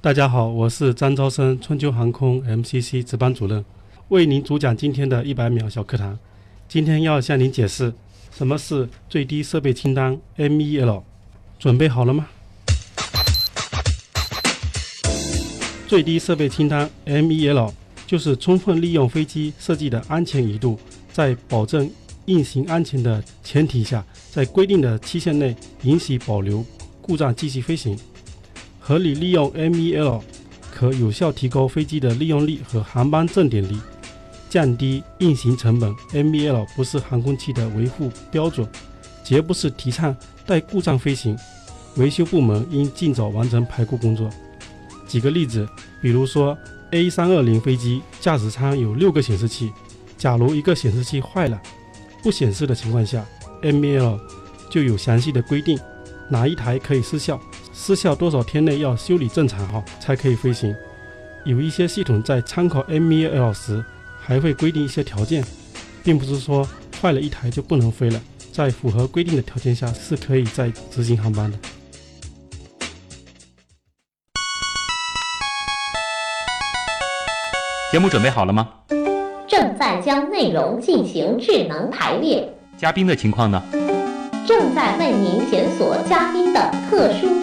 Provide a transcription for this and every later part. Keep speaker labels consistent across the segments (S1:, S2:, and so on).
S1: 大家好，我是张招生，春秋航空 MCC 值班主任，为您主讲今天的一百秒小课堂。今天要向您解释什么是最低设备清单 MEL，准备好了吗？最低设备清单 MEL 就是充分利用飞机设计的安全余度，在保证运行安全的前提下，在规定的期限内允许保留故障继续飞行。合理利用 MEL 可有效提高飞机的利用率和航班正点率，降低运行成本。MEL 不是航空器的维护标准，绝不是提倡带故障飞行。维修部门应尽早完成排库工作。举个例子，比如说 A 三二零飞机驾驶舱有六个显示器，假如一个显示器坏了，不显示的情况下，MEL 就有详细的规定，哪一台可以失效，失效多少天内要修理正常后才可以飞行。有一些系统在参考 MEL 时，还会规定一些条件，并不是说坏了一台就不能飞了，在符合规定的条件下是可以再执行航班的。
S2: 节目准备好了吗？
S3: 正在将内容进行智能排列，
S2: 嘉宾的情况呢？
S3: 正在为您检索嘉宾的特殊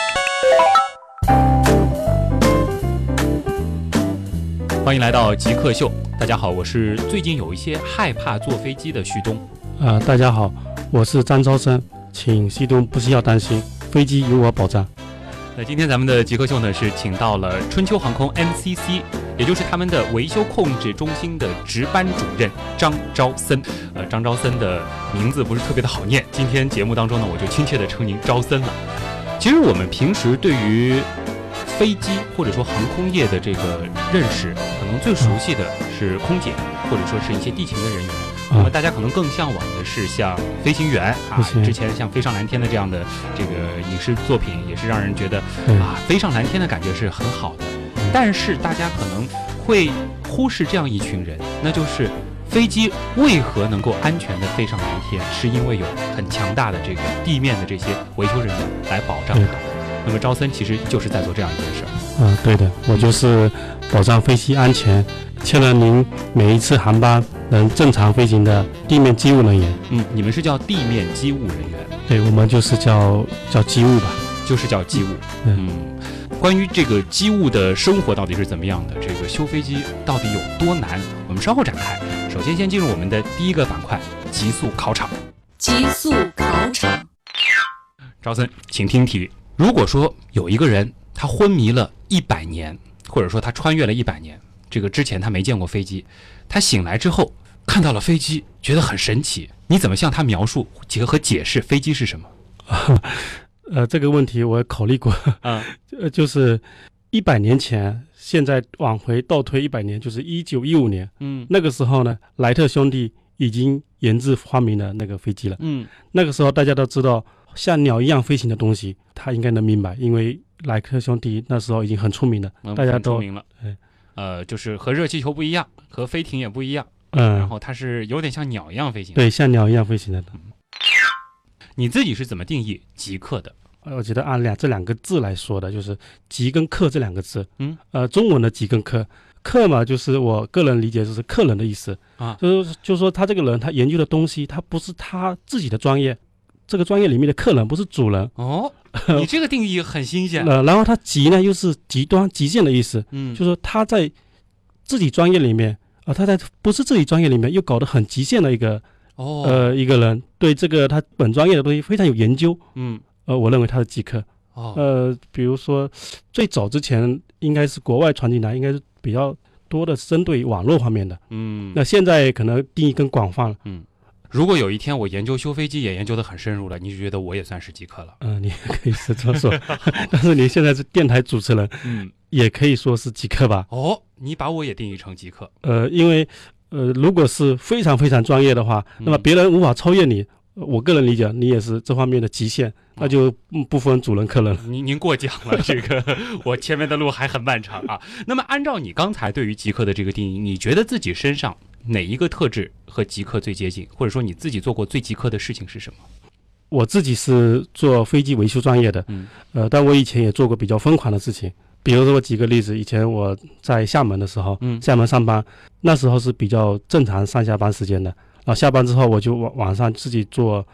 S2: 欢迎来到极客秀，大家好，我是最近有一些害怕坐飞机的旭东。
S1: 啊、大家好，我是张超生，请西东不需要担心，飞机由我保障。
S2: 那今天咱们的极客秀呢，是请到了春秋航空 MCC，也就是他们的维修控制中心的值班主任张昭森。呃，张昭森的名字不是特别的好念，今天节目当中呢，我就亲切的称您昭森了。其实我们平时对于飞机或者说航空业的这个认识，可能最熟悉的是空姐，或者说是一些地勤的人员。那么
S1: 啊、
S2: 大家可能更向往的是像飞行员啊
S1: 飞行，员
S2: 之前像《飞上蓝天》的这样的这个影视作品，也是让人觉得
S1: 对
S2: 啊，飞上蓝天的感觉是很好的。
S1: 嗯
S2: 但是大家可能会忽视这样一群人，那就是飞机为何能够安全的飞上蓝天，是因为有很强大的这个地面的这些维修人员来保障
S1: 对
S2: 它。那么招森其实就是在做这样一件事儿。
S1: 啊、对的，我就是保障飞机安全，确认您每一次航班能正常飞行的地面机务人员。
S2: 嗯，你们是叫地面机务人员。
S1: 对，我们就是叫叫机务吧。
S2: 就是叫机务。
S1: 嗯
S2: 关于这个机务的生活到底是怎么样的，这个修飞机到底有多难，我们稍后展开。首先，先进入我们的第一个板块——极速考场。
S4: 极速考场，
S2: 赵森，请听题：如果说有一个人他昏迷了一百年，或者说他穿越了一百年，这个之前他没见过飞机，他醒来之后看到了飞机，觉得很神奇，你怎么向他描述结和解释飞机是什么？
S1: 呃，这个问题我也考虑过，
S2: 啊、
S1: 呃，就是一百年前，现在往回倒推一百年，就是一九一五年，
S2: 嗯
S1: 那个时候呢，莱特兄弟已经研制发明了那个飞机了。
S2: 嗯
S1: 那个时候大家都知道，像鸟一样飞行的东西，他应该能明白，因为莱特兄弟那时候已经很出名了，
S2: 嗯
S1: 大家
S2: 很聪
S1: 都
S2: 明了
S1: 哎。
S2: 呃，就是和热气球不一样，和飞艇也不一样，然
S1: 嗯，
S2: 后它是有点像鸟一样飞行。，
S1: 对，像鸟一样飞行的。
S2: 你自己是怎么定义极客的？
S1: 呃我觉得按两这两个字来说的，就是“极”跟“客”这两个字。
S2: 嗯，
S1: 呃，中文的“极”跟“客”，“客”嘛，就是我个人理解就是客人的意思
S2: 啊
S1: 就是就是说他这个人他研究的东西，他不是他自己的专业，这个专业里面的客人不是主人。
S2: 哦， 你这个定义很新鲜。
S1: 呃，然后他“极”呢又是极端、极限的意思，
S2: 嗯，
S1: 就是说他在自己专业里面啊、呃他在不是自己专业里面又搞得很极限的一个、
S2: 哦，
S1: 呃一个人，对这个他本专业的东西非常有研究。
S2: 嗯，
S1: 呃，我认为他是极客。
S2: 哦，
S1: 呃，比如说最早之前应该是国外传进来，应该是比较多的针对网络方面的。
S2: 嗯，
S1: 那现在可能定义更广泛了。
S2: 如果有一天我研究修飞机也研究的很深入了，你就觉得我也算是极客了。
S1: 嗯、你也可以是这么 说，但是你现在是电台主持人，
S2: 嗯，
S1: 也可以说是极客吧？
S2: 哦，你把我也定义成极客。
S1: 呃，因为呃，如果是非常非常专业的话，
S2: 嗯
S1: 那么别人无法超越你。呃我个人理解，你也是这方面的极限，那就嗯不分主人客人了。
S2: 您您过奖了，这个 我前面的路还很漫长啊。那么按照你刚才对于极客的这个定义，你觉得自己身上哪一个特质和极客最接近，或者说你自己做过最极客的事情是什么？
S1: 我自己是做飞机维修专业的，
S2: 嗯
S1: 呃，但我以前也做过比较疯狂的事情，比如说我举个例子，以前我在厦门的时候，
S2: 嗯
S1: 厦门上班，那时候是比较正常上下班时间的，然后下班之后我就晚晚上自己做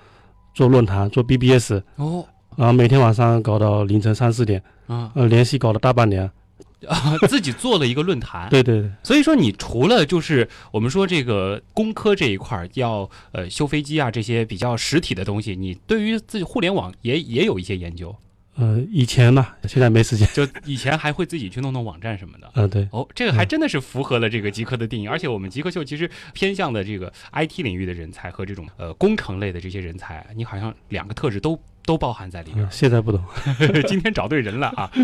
S1: 做论坛，做 BBS，
S2: 哦
S1: 然后每天晚上搞到凌晨三四点，
S2: 啊
S1: 呃，连续搞了大半年。
S2: 啊，自己做了一个论坛。
S1: 对对对，
S2: 所以说，你除了就是我们说这个工科这一块儿要呃修飞机啊这些比较实体的东西，你对于自己互联网也也有一些研究，
S1: 呃，以前嘛，现在没时间。
S2: 就以前还会自己去弄弄网站什么的。
S1: 嗯、对，
S2: 哦，这个还真的是符合了这个极客的定义，而且我们极客秀其实偏向的这个 IT 领域的人才和这种呃工程类的这些人才，你好像两个特质都都包含在里
S1: 嗯、
S2: 边。
S1: 现在不懂。嗯
S2: 今天找对人了啊！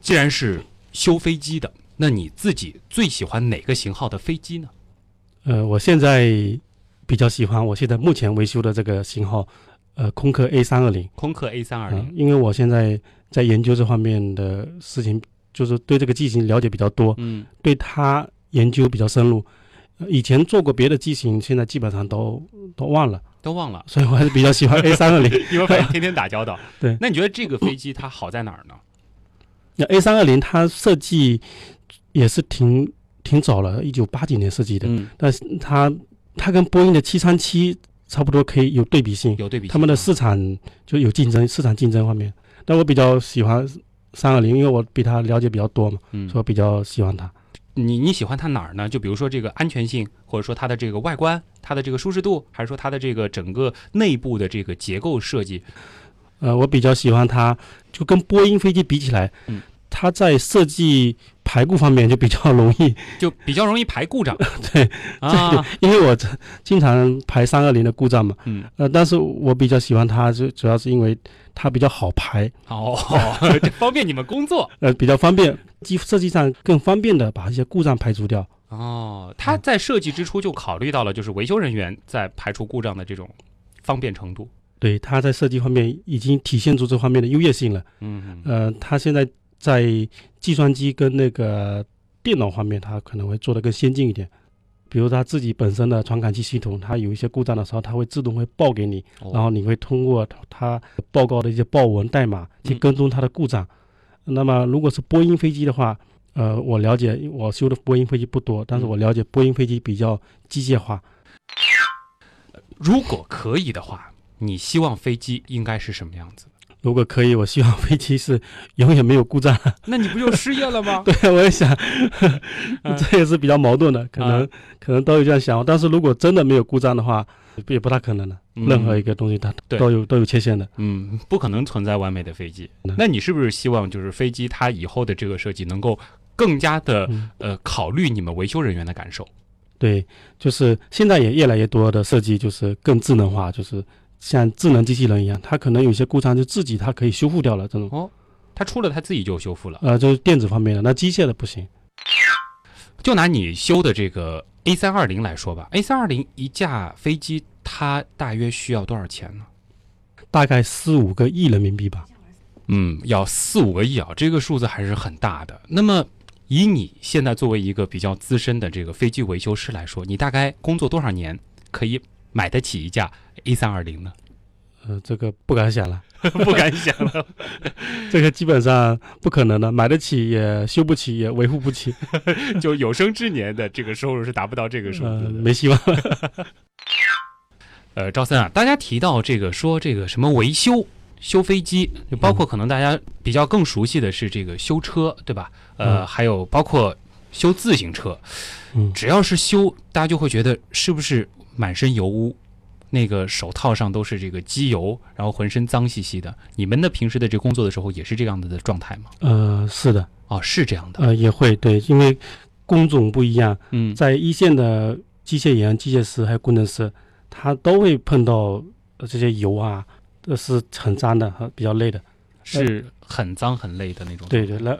S2: 既然是修飞机的，那你自己最喜欢哪个型号的飞机呢？
S1: 呃，我现在比较喜欢我现在目前维修的这个型号，呃，空客 A 三二零。
S2: 空客 A 三二
S1: 嗯
S2: 零，
S1: 因为我现在在研究这方面的事情，就是对这个机型了解比较多，
S2: 嗯，
S1: 对它研究比较深入。呃以前做过别的机型，现在基本上都都忘了，
S2: 都忘了，
S1: 所以我还是比较喜欢 A 三二零。
S2: 因为反正天天打交道。
S1: 对
S2: 那你觉得这个飞机它好在哪儿呢？
S1: 那 A 三二零它设计也是挺挺早了，一九八几年设计的，
S2: 嗯，
S1: 但是它它跟波音的七三七差不多，可以有对比性。
S2: 有对比性吗，
S1: 他们的市场就有竞争，市场竞争方面。但我比较喜欢三二零，因为我比它了解比较多嘛，
S2: 嗯，
S1: 所以我比较喜欢它。
S2: 你你喜欢它哪儿呢？就比如说这个安全性，或者说它的这个外观，它的这个舒适度，还是说它的这个整个内部的这个结构设计？
S1: 呃，我比较喜欢它，就跟波音飞机比起来，
S2: 嗯
S1: 它在设计排故方面就比较容易，
S2: 就比较容易排故障
S1: 对
S2: 啊，
S1: 因为我经常排三二零的故障嘛。
S2: 嗯，
S1: 呃，但是我比较喜欢它，就主要是因为它比较好排，
S2: 好， 这方便你们工作
S1: 呃，比较方便，机设计上更方便的把一些故障排除掉。
S2: 哦。它在设计之初就考虑到了，就是维修人员在排除故障的这种方便程度。
S1: 对，它在设计方面已经体现出这方面的优越性了。
S2: 嗯，
S1: 呃，它现在在计算机跟那个电脑方面，它可能会做得更先进一点。比如它自己本身的传感器系统，它有一些故障的时候，它会自动会报给你，
S2: 哦
S1: 然后你会通过它报告的一些报文代码去
S2: 嗯
S1: 跟踪它的故障。那么如果是波音飞机的话，呃，我了解，因为我修的波音飞机不多，但是
S2: 嗯
S1: 我了解波音飞机比较机械化。
S2: 如果可以的话，你希望飞机应该是什么样子？
S1: 如果可以，我希望飞机是 永远没有故障。
S2: 那你不就失业了吗？
S1: 对，我也想，
S2: 嗯
S1: 这也是比较矛盾的，可能、
S2: 嗯
S1: 可能都有这样想。但是如果真的没有故障的话，也不大可能的。
S2: 嗯
S1: 任何一个东西它
S2: 对
S1: 都有都有缺陷的。
S2: 嗯，不可能存在完美的飞机
S1: 嗯。
S2: 那你是不是希望就是飞机它以后的这个设计能够更加的
S1: 嗯，
S2: 呃考虑你们维修人员的感受？
S1: 对，就是现在也越来越多的设计就是更智能化，就是像智能机器人一样，它可能有些故障就自己它可以修复掉了这种。
S2: 哦，它出了它自己就修复了。
S1: 呃，就是电子方面的，那机械的不行。
S2: 就拿你修的这个 A 三二零来说吧，A 三二零一架飞机它大约需要多少钱呢？
S1: 大概四五个亿人民币吧。
S2: 嗯，要四五个亿啊，这个数字还是很大的。那么。以你现在作为一个比较资深的这个飞机维修师来说，你大概工作多少年可以买得起一架 A 三二零呢？
S1: 呃，这个不敢想了，
S2: 不敢想了，
S1: 这个基本上不可能的，买得起也修不起，也维护不起，
S2: 就有生之年的这个收入是达不到这个数
S1: 呃，
S2: 字的。
S1: 没希望。
S2: 呃，赵森啊，大家提到这个说这个什么维修。修飞机，就包括可能大家比较更熟悉的是这个修车，对吧？呃，
S1: 嗯
S2: 还有包括修自行车，
S1: 嗯，
S2: 只要是修，大家就会觉得是不是满身油污，那个手套上都是这个机油，然后浑身脏兮兮的。你们的平时的这工作的时候也是这样子的状态吗？
S1: 呃，是的。
S2: 哦，是这样的，
S1: 呃，也会对，因为工种不一样，
S2: 嗯，
S1: 在一线的机械员、机械师还有工程师，他都会碰到呃这些油啊，这是很脏的，很比较累的。
S2: 是很脏很累的那种。
S1: 对对，那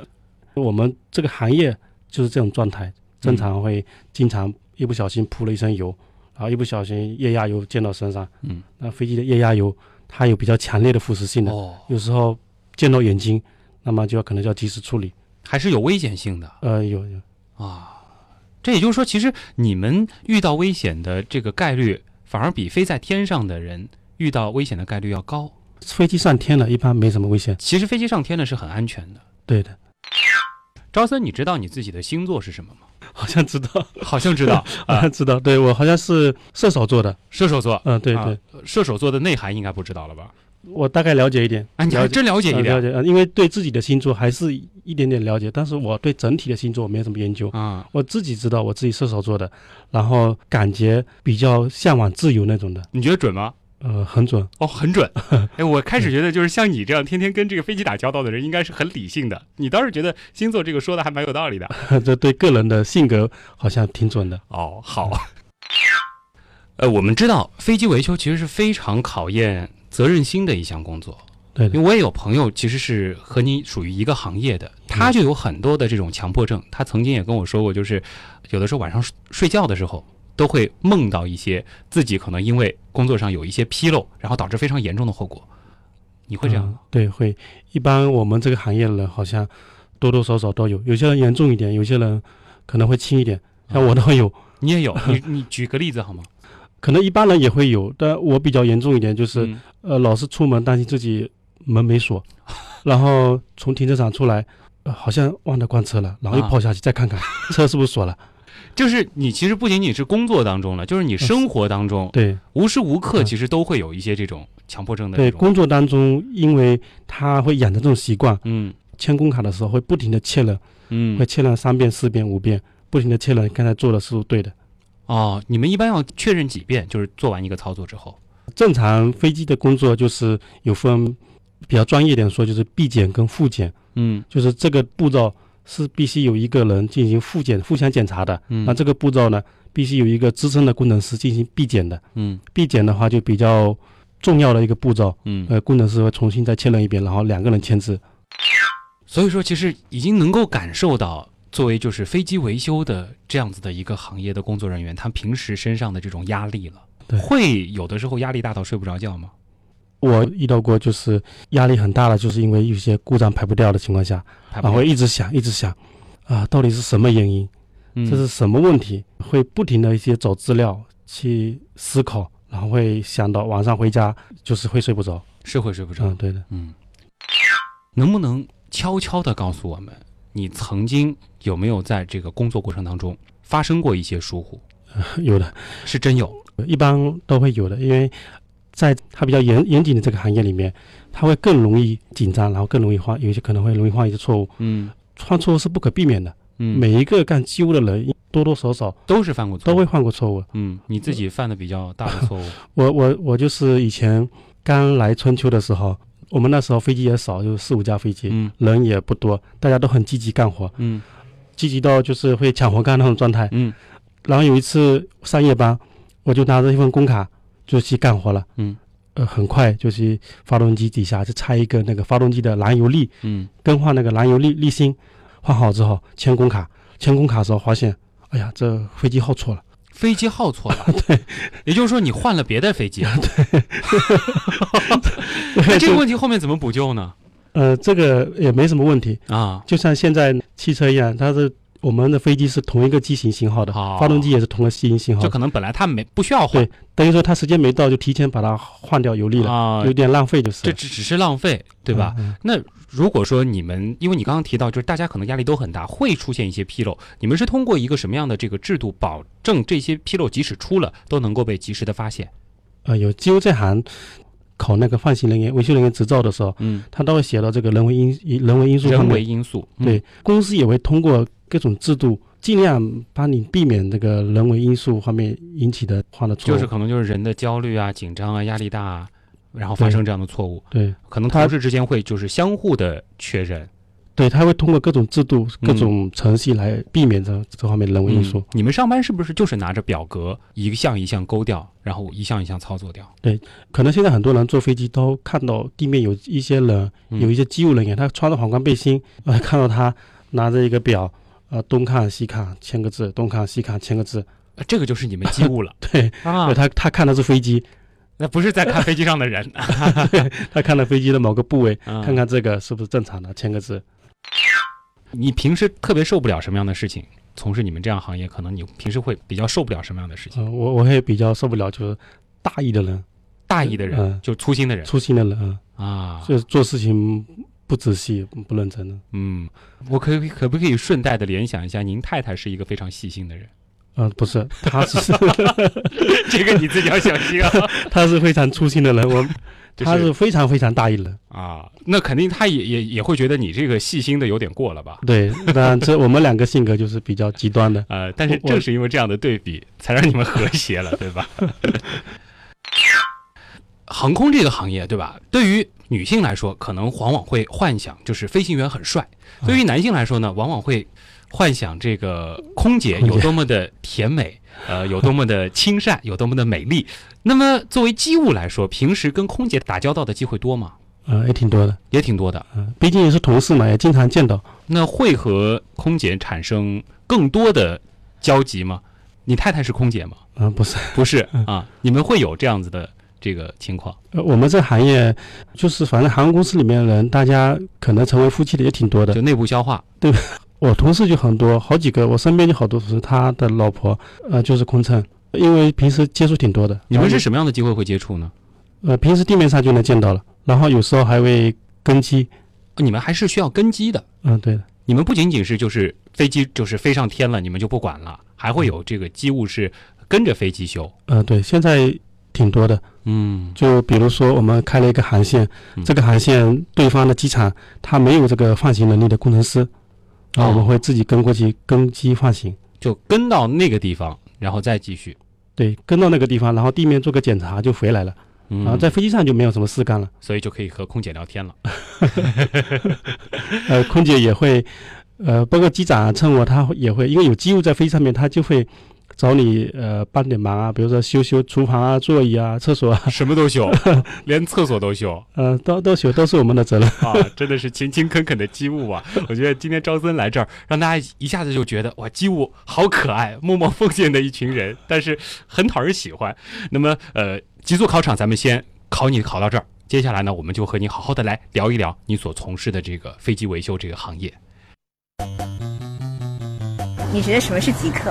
S1: 我们这个行业就是这种状态，正常会经常一不小心扑了一身油，然后一不小心液压油溅到身上。
S2: 嗯，
S1: 那飞机的液压油它有比较强烈的腐蚀性的，
S2: 哦，
S1: 有时候溅到眼睛，那么就要可能就要及时处理。
S2: 还是有危险性的
S1: 呃，有有
S2: 啊。这也就是说，其实你们遇到危险的这个概率，反而比飞在天上的人遇到危险的概率要高。
S1: 飞机上天了，一般没什么危险。
S2: 其实飞机上天呢是很安全的。
S1: 对的，
S2: 招森，你知道你自己的星座是什么吗？
S1: 好像知道，
S2: 好像 知道，
S1: 好像知道。对我好像是射手座的。
S2: 射手座。
S1: 嗯、对
S2: 啊
S1: 对，
S2: 射手座的内涵应该不知道了吧？
S1: 我大概了解一点。
S2: 啊，你还
S1: 了解
S2: 真了解一
S1: 呃
S2: 点
S1: 了解、呃，因为对自己的星座还是一点点了解，但是我对整体的星座没有什么研究。
S2: 啊！
S1: 我自己知道我自己射手座的，然后感觉比较向往自由那种的，
S2: 你觉得准吗？
S1: 呃，很准。
S2: 哦，很准。哎，我开始觉得就是像你这样天天跟这个飞机打交道的人，应该是很理性的。你倒是觉得星座这个说的还蛮有道理的。
S1: 这对个人的性格好像挺准的。
S2: 哦，好。 呃，我们知道飞机维修其实是非常考验责任心的一项工作。
S1: 对
S2: 因
S1: 的，嗯
S2: 为我也有朋友其实是和你属于一个行业的，他就有很多的这种强迫症。他曾经也跟我说过，就是有的时候晚上睡睡觉的时候都会梦到一些自己可能因为工作上有一些纰漏，然后导致非常严重的后果。你会这样
S1: 嗯
S2: 吗？
S1: 对，会。一般我们这个行业的人好像多多少少都有，有些人严重一点，有些人可能会轻一点。像嗯呃
S2: 啊
S1: 我都有，
S2: 你也有，你你举个例子好吗？
S1: 可能一般人也会有，但我比较严重一点，就是、
S2: 嗯
S1: 呃，老是出门担心自己门没 锁，然后从停车场出来，呃、好像忘了关车了，然后又
S2: 啊
S1: 跑下去再 看看车是不是锁了。
S2: 就是你其实不仅仅是工作当中了，就是
S1: 嗯
S2: 你生活当中
S1: 对
S2: 无时无刻
S1: 嗯
S2: 其实都会有一些这种强迫症的
S1: 对，
S2: 这哦种
S1: 工作当中，因为他会养成这种习惯，
S2: 嗯
S1: 签工卡的时候会不停的确认，
S2: 嗯
S1: 会确认三遍、四遍、五遍，不停的确认刚才做的是不是对的。
S2: 哦，你们一般要确认几遍？就是做完一个操作之后。
S1: 正常飞机的工作就是有分，比较专业一点说就是必检跟复检，
S2: 嗯
S1: 就是这个步骤是必须有一个人进行复检、互相检查的。
S2: 嗯
S1: 那这个步骤呢，必须有一个资深的工程师进行必检的。
S2: 嗯
S1: 必检的话就比较重要的一个步骤，
S2: 嗯，
S1: 呃，工程师会重新再确认一遍，然后两个人签字。
S2: 所以说其实已经能够感受到，作为就是飞机维修的这样子的一个行业的工作人员，他平时身上的这种压力了。
S1: 对
S2: 会有的时候压力大到睡不着觉吗？
S1: 我遇到过就是压力很大的，就是因为有些故障排不掉的情况下，
S2: 排不
S1: 然
S2: 掉
S1: 后一直想，一直想，啊，到底是什么原因？
S2: 嗯
S1: 这是什么问题？会不停的一些找资料去思考，然后会想到晚上回家就是会睡不着。
S2: 是会睡不着。
S1: 嗯，对的。
S2: 嗯，能不能悄悄的告诉我们，你曾经有没有在这个工作过程当中发生过一些疏忽？
S1: 有的，
S2: 是真有。
S1: 一般都会有的，因为在它比较严严谨的这个行业里面，它会更容易紧张，然后更容易犯，有一些可能会容易犯一些错误。
S2: 嗯
S1: 犯错误是不可避免的，
S2: 嗯，
S1: 每一个干机务的人多多少少
S2: 都是犯过错，
S1: 都会。犯过错误。
S2: 嗯，你自己犯的比较大的错 误。
S1: 我我我就是以前刚来春秋的时候，我们那时候飞机也少，就四五架飞机，
S2: 嗯
S1: 人也不多，大家都很积极干活，
S2: 嗯
S1: 积极到就是会抢活干那种状态。
S2: 嗯
S1: 然后有一次上夜班，我就拿着一份工卡就去干活了。
S2: 嗯，
S1: 呃，很快就去发动机底下去拆一个那个发动机的燃油滤，
S2: 嗯，
S1: 更换那个燃油滤滤芯，换好之后签工卡，签工卡的时候发现，哎呀，这飞机号错了。
S2: 飞机号错了。 对，也就是说你换了别的飞机。 对，那这个问题后面怎么补救呢？
S1: 呃，这个也没什么问题，
S2: 啊，
S1: 就像现在汽车一样，它是我们的飞机是同一个机型型号的，
S2: 哦
S1: 发动机也是同一个机型型号
S2: 就
S1: 的，
S2: 可能本来他没不需要换
S1: 等于说它时间没到就提前把它换掉油力了，
S2: 啊，
S1: 有点浪费就是
S2: 这
S1: 了。
S2: 只只是浪费，对吧？
S1: 嗯？嗯
S2: 那如果说你们，因为你刚刚提到，就是大家可能压力都很大，会出现一些纰漏。你们是通过一个什么样的这个制度，保证这些纰漏即使出了，都能够被及时的发现？
S1: 呃，有机油这行考那个放行人员、维修人员执照的时候，
S2: 嗯，
S1: 它都会写到这个人为因人为因素方
S2: 人为
S1: 面。
S2: 因素，嗯
S1: 对，，公司也会通过各种制度，尽量帮你避免这个人为因素方面引起的犯的错误。
S2: 就是可能就是人的焦虑啊、紧张啊、压力大啊，然后发
S1: 对
S2: 生这样的错误，
S1: 对
S2: 可能
S1: 他
S2: 同事之间会就是相互的确认
S1: 对，他会通过各种制度、各
S2: 嗯
S1: 种程序来避免这这方面的人为因素。
S2: 嗯你们上班是不是就是拿着表格一项一项勾掉，然后一项一项操作掉？
S1: 可能现在很多人坐飞机都看到地面有一些人，
S2: 嗯
S1: 有一些机务人员，他穿着皇冠背心，呃，看到他拿着一个表，呃东看西看签个字，东看西看签个字，
S2: 呃这个就是你们机务了
S1: 对，
S2: 啊
S1: 对，他他看的是飞 机，
S2: 那不是在看飞机上的人，
S1: 他看了飞机的某个部位，
S2: 啊
S1: 看看这个是不是正常的，签个字。
S2: 你平时特别受不了什么样的事情？从事你们这样行业，可能你平时会比较受不了什么样的事情？
S1: 呃，我我也比较受不了就是大意的人、
S2: 大意的人，
S1: 嗯
S2: 就粗心的人
S1: 粗心的人，啊，
S2: 啊，
S1: 就是做事情不仔细、不认真的。
S2: 嗯，我可以可不可以顺带的联想一下，您太太是一个非常细心的人，
S1: 呃，不 是，他是
S2: 这个你自己要小心啊。
S1: 他是非常粗心的人，我
S2: 就
S1: 他是非常非常大意的人。
S2: 啊，那肯定他也也也会觉得你这个细心的有点过了吧？
S1: 对，那这我们两个性格就是比较极端的。
S2: 呃，但是
S1: 我
S2: 正是因为这样的对比，才让你们和谐 了，对吧？航空这个行业，对吧？对于女性来说，可能往往会幻想就是飞行员很帅；对于男性来说呢，往往会幻想这个空姐
S1: 空姐
S2: 有多么的甜 美，呃，有多么的亲善，有多么的美丽。那么，作为机务来说，平时跟空姐打交道的机会多吗？
S1: 呃，也挺多的，
S2: 也挺多的。
S1: 嗯，毕竟也是同事嘛，也经常见到。
S2: 那会和空姐产生更多的交集吗？你太太是空姐吗？
S1: 嗯、不是，
S2: 不是啊，你们会有这样子的这个情况
S1: 呃，我们这行业就是反正航空公司里面的人，大家可能成为夫妻的也挺多的
S2: 就。内部消化
S1: 我同事就很多，好几个，我身边就好多同事，他的老婆呃就是空乘，因为平时接触挺多的。
S2: 你们是
S1: 然
S2: 什么样的机会会接触呢？
S1: 后呃平时地面上就能见到了，然后有时候还会跟机，
S2: 你们还是需要根基的。
S1: 嗯、对的，
S2: 你们不仅仅是就是飞机就是飞上天了，你们就不管了，还会有这个机务是跟着飞机修。
S1: 嗯、对，现在挺多的。
S2: 嗯，
S1: 就比如说我们开了一个航线，
S2: 嗯
S1: 这个航线对方的机场他没有这个放行能力的工程师，然后我们
S2: 哦
S1: 会自己跟过去跟机放行，
S2: 就跟到那个地方，然后再继续。
S1: 对，跟到那个地方，然后地面做个检查就回来了，
S2: 嗯，
S1: 然啊后在飞机上就没有什么事干了。
S2: 所以就可以和空姐聊天了。
S1: 呃，空姐也会，呃，包括机长啊、乘务啊，他也会，因为有机务在飞机上面，他就会找你呃帮点忙啊，比如说修修厨房啊、座椅啊、厕所啊，
S2: 什么 都修，连厕所都修。
S1: 呃，都都修都是我们的责任。
S2: 啊，真的是勤勤恳恳的机务啊！我觉得今天张森来这儿，让大家一下子就觉得哇，机务好可爱，默默奉献的一群人，但是很讨人喜欢。那么，呃，极速考场咱们先考你考到这儿，接下来呢，我们就和你好好的来聊一聊你所从事的这个飞机维修这个行业。
S5: 你觉得什么是极客？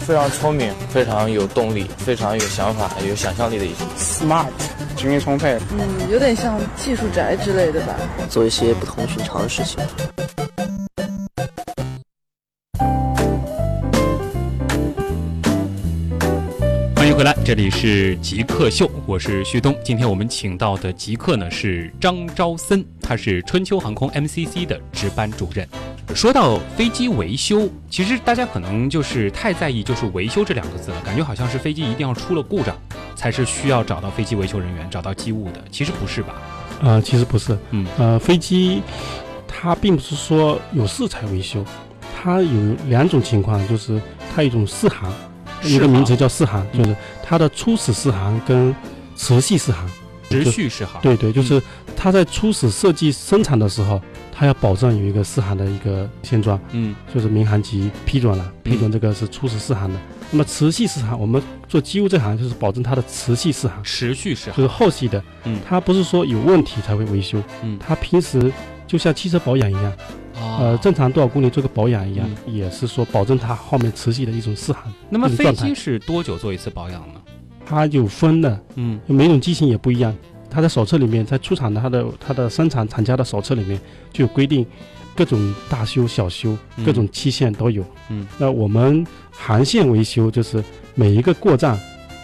S6: 非常聪明，
S7: 非常有动力、非常有想法、有想象力的一些，
S8: smart，精力充沛。
S9: 嗯，有点像技术宅之类的吧。
S7: 做一些不同寻常的事情。
S2: 欢迎回来，这里是极客秀，我是旭东。今天我们请到的极客呢是张昭森，他是春秋航空 MCC 的值班主任。说到飞机维修，其实大家可能就是太在意就是维修这两个字了，感觉好像是飞机一定要出了故障才是需要找到飞机维修人员、找到机务的，其实不是吧？
S1: 呃，其实不是，
S2: 嗯，
S1: 呃，飞机它并不是说有事才维修，它有两种情况，就是它有一种试航，一
S2: 试
S1: 个
S2: 航
S1: 名词叫试航，就是它的初始试航跟持续试航。
S2: 持续是好，
S1: 对对，
S2: 嗯
S1: 就是它在初始设计生产的时候，它要保证有一个试航的一个现状，
S2: 嗯
S1: 就是民航局批准了，批准这个是初始试航的。那么持续试航，我们做机务这行就是保证它的持续试航，
S2: 持续是好
S1: 就是，后期的
S2: 嗯，
S1: 它不是说有问题才会维修，
S2: 嗯
S1: 它平时就像汽车保养一样，呃，
S2: 啊嗯
S1: 正常多少公里做个保养一样，也是说保证它后面持续的一种试航。
S2: 那么
S1: 这种
S2: 飞
S1: 状态
S2: 机是多久做一次保养呢？
S1: 它有分的，
S2: 嗯
S1: 每种机型也不一样。它的手册里面，在出厂的它的它的生产厂家的手册里面就有规定，各种大修、小修
S2: 嗯，
S1: 各种期限都有。
S2: 嗯，
S1: 那我们航线维修就是每一个过站，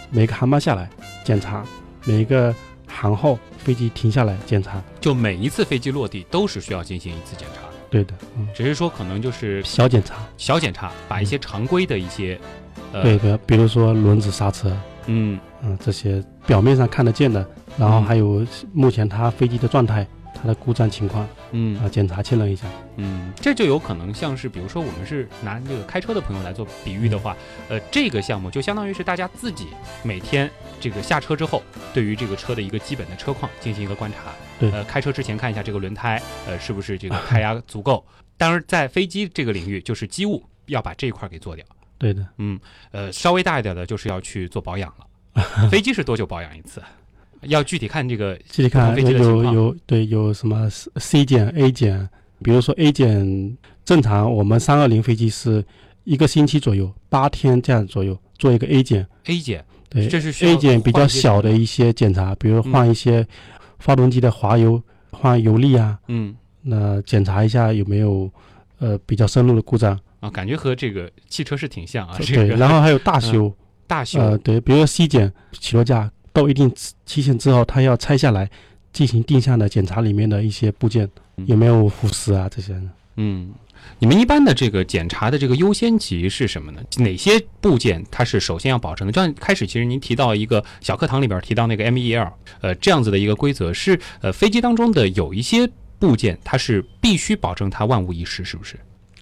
S1: 每一个航班下来检查，每一个航后飞机停下来检查。
S2: 就每一次飞机落地都是需要进行一次检查的。
S1: 对的，嗯，
S2: 只是说可能就是
S1: 小检查。嗯
S2: 小检查，把一些常规的一些，呃，
S1: 对的，比如说轮子、刹车，
S2: 嗯
S1: 嗯，这些表面上看得见的，然后还有目前它飞机的状态、它的故障情况
S2: 嗯
S1: 啊，检查确认一下。
S2: 嗯，这就有可能像是，比如说我们是拿这个开车的朋友来做比
S1: 嗯
S2: 喻的话，呃，这个项目就相当于是大家自己每天这个下车之后，对于这个车的一个基本的车况进行一个观察。
S1: 对
S2: 呃，开车之前看一下这个轮胎，呃，是不是这个胎压足够。当然，在飞机这个领域，就是机务要把这一块儿给做掉。
S1: 对的，
S2: 嗯，呃，稍微大一点的，就是要去做保养了。飞机是多久保养一次？要具体看这个
S1: 具体看
S2: 不同飞机的情
S1: 有
S2: 况
S1: 有对有什么 C- C 检、A 检，比如说 A 检正常，我们三二零飞机是一个星期左右，八天这样左右做一个 A 检。
S2: A 检，
S1: 对，
S2: 这是需要
S1: 哎 A 检比
S2: 换
S1: 较
S2: 一些
S1: 小的
S2: 什么
S1: 一些检查，比如
S2: 嗯
S1: 换一些发动机的滑油、换油力啊，
S2: 嗯。
S1: 那检查一下有没有呃比较深入的故障。
S2: 啊，感觉和这个汽车是挺像啊。这
S1: 对，
S2: 个
S1: 然后还有大修，
S2: 大修，
S1: 呃，对，比如说 C 检起落架到一定期限之后，它要拆下来进行定向的检查里面的一些部件
S2: 嗯
S1: 有没有腐蚀啊这些的。
S2: 嗯，你们一般的这个检查的这个优先级是什么呢？哪些部件它是首先要保证的？就像开始其实您提到一个小课堂里边提到那个 MEL，呃，这样子的一个规则是，呃，飞机当中的有一些部件它是必须保证它万无一失，是不是？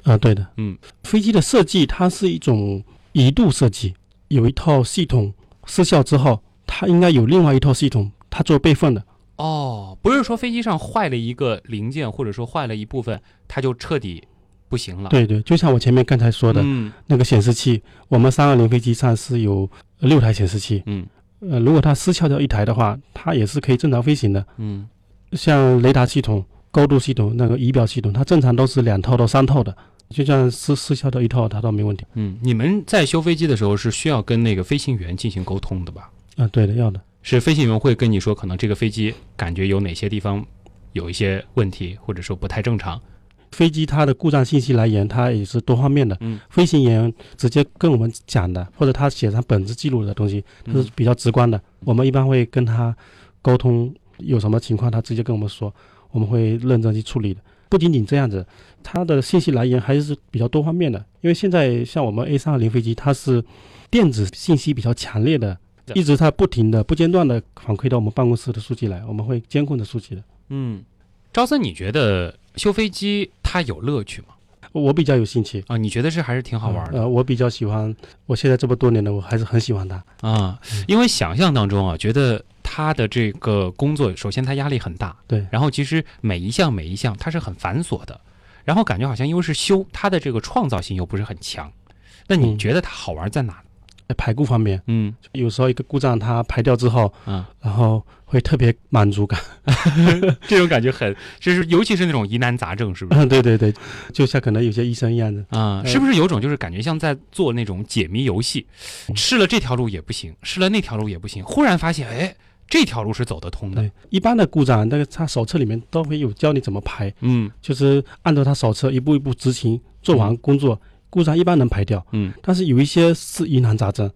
S1: 啊，对的，
S2: 嗯，
S1: 飞机的设计它是一种一度设计，有一套系统失效之后，它应该有另外一套系统，它做备份的。
S2: 哦，不是说飞机上坏了一个零件或者说坏了一部分，它就彻底不行了。，
S1: 对对，就像我前面刚才说的、
S2: 啊嗯
S1: 那个显示器，我们三二零飞机上是有呃六台显示器，
S2: 嗯
S1: 呃，如果它失效掉一台的话，它也是可以正常飞行的。
S2: 嗯
S1: 像雷达系统、高度系统、那个仪表系统，它正常都是两套到三套的，就像失失效掉一套，它倒没问题。
S2: 嗯，你们在修飞机的时候是需要跟那个飞行员进行沟通的吧？
S1: 啊，对的，要的。
S2: 是飞行员会跟你说，可能这个飞机感觉有哪些地方有一些问题，或者说不太正常。
S1: 飞机它的故障信息来源，它也是多方面的。
S2: 嗯，
S1: 飞行员直接跟我们讲的，或者他写上本子记录的东西，它
S2: 嗯
S1: 是比较直观的。我们一般会跟他沟通，有什么情况他直接跟我们说，我们会认真去处理的。不仅仅这样子，它的信息来源还是比较多方面的。因为现在像我们 A 三二零飞机，它是电子信息比较强烈的，
S2: 对
S1: 一直它不停的、不间断的反馈到我们办公室的数据来，我们会监控的数据的。
S2: 嗯，招森，你觉得修飞机它有乐趣吗？
S1: 我比较有兴趣，
S2: 啊，你觉得是还是挺好玩的
S1: 呃，我比较喜欢，我现在这么多年了，我还是很喜欢它。
S2: 啊？因为想象当中啊，觉得他的这个工作，首先他压力很大，
S1: 对
S2: 然后其实每一项每一项它是很繁琐的，然后感觉好像因为是修，它的这个创造性又不是很强。那你
S1: 嗯
S2: 觉得它好玩在哪？
S1: 在排故方面，
S2: 嗯
S1: 有时候一个故障它排掉之后，
S2: 啊，
S1: 然后会特别满足感。
S2: 这种感觉很，就是尤其是那种疑难杂症，是不 是？
S1: 对对对，就像可能有些医生一样的，
S2: 啊、
S1: 呃
S2: 是不是有种就是感觉像在做那种解谜游戏，试了这条路也不行，试了那条路也不行，忽然发现，哎，这条路是走得通的
S1: 对。，一般的故障，那个它手册里面都会有教你怎么排，
S2: 嗯
S1: 就是按照它手册一步一步执行，做完工作，故障一般能排掉。
S2: 嗯
S1: 但是有一些是疑难杂症，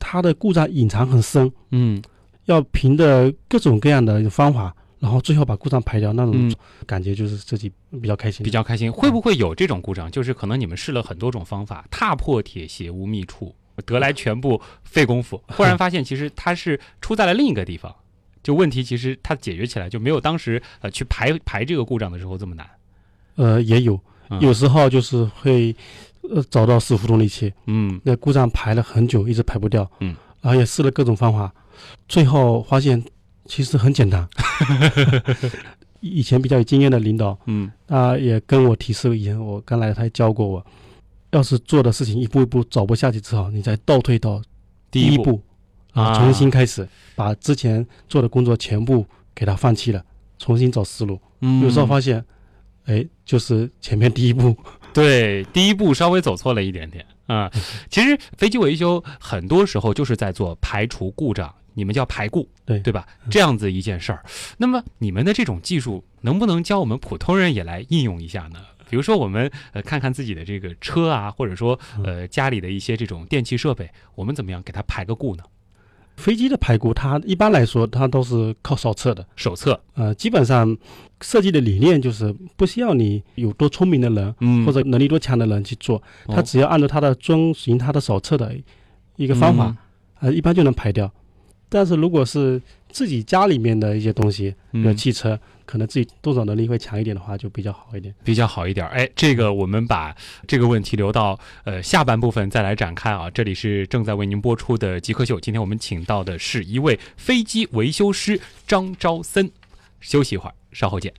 S1: 它的故障隐藏很深，
S2: 嗯
S1: 要凭着各种各样的方法，然后最后把故障排掉，那种
S2: 嗯，
S1: 感觉就是自己比较开心。
S2: 比较开心。会不会有这种故障？就是可能你们试了很多种方法，踏破铁鞋无觅处，得
S1: 嗯
S2: 来全不费 功夫，忽然发现其实它是出在了另一个地方。就问题其实它解决起来就没有当时呃去排排这个故障的时候这么难。
S1: 呃，也有
S2: 嗯，
S1: 有时候就是会呃找到死胡同里去，
S2: 嗯
S1: 那故障排了很久，一直排不掉，
S2: 嗯，
S1: 然后也试了各种方法，最后发现其实很简单。 以前比较有经验的领导，
S2: 嗯
S1: 啊、也跟我提示，以前我刚来他也教过我，要是做的事情一步一步走不下去之后，你再倒退到
S2: 第
S1: 一
S2: 一步啊
S1: 重新开始，把之前做的工作全部给他放弃了，重新找思路。
S2: 嗯
S1: 有时候发现，哎，就是前面第一步，
S2: 对，第一步稍微走错了一点点啊、其实飞机维修很多时候就是在做排除故障，你们叫排故，
S1: 对
S2: 对吧？这样子一件事儿。那么你们的这种技术能不能教我们普通人也来应用一下呢？比如说，我们呃看看自己的这个车啊，或者说
S1: 嗯
S2: 呃家里的一些这种电器设备，我们怎么样给它排个故呢？
S1: 飞机的排骨，它一般来说它都是靠手册的，
S2: 手册，
S1: 呃，基本上设计的理念就是不需要你有多聪明的人、
S2: 嗯
S1: 或者能力多强的人去做，
S2: 哦
S1: 他只要按照他的遵循他的手册的一个方法，
S2: 嗯
S1: 呃，一般就能排掉。但是如果是自己家里面的一些东西，比如
S2: 嗯，
S1: 汽车，可能自己动手能力会强一点的话，就比较好一点。
S2: 比较好一点儿。哎，这个我们把这个问题留到呃下半部分再来展开啊。这里是正在为您播出的极客秀，今天我们请到的是一位飞机维修师张昭森。休息一会儿，稍后见。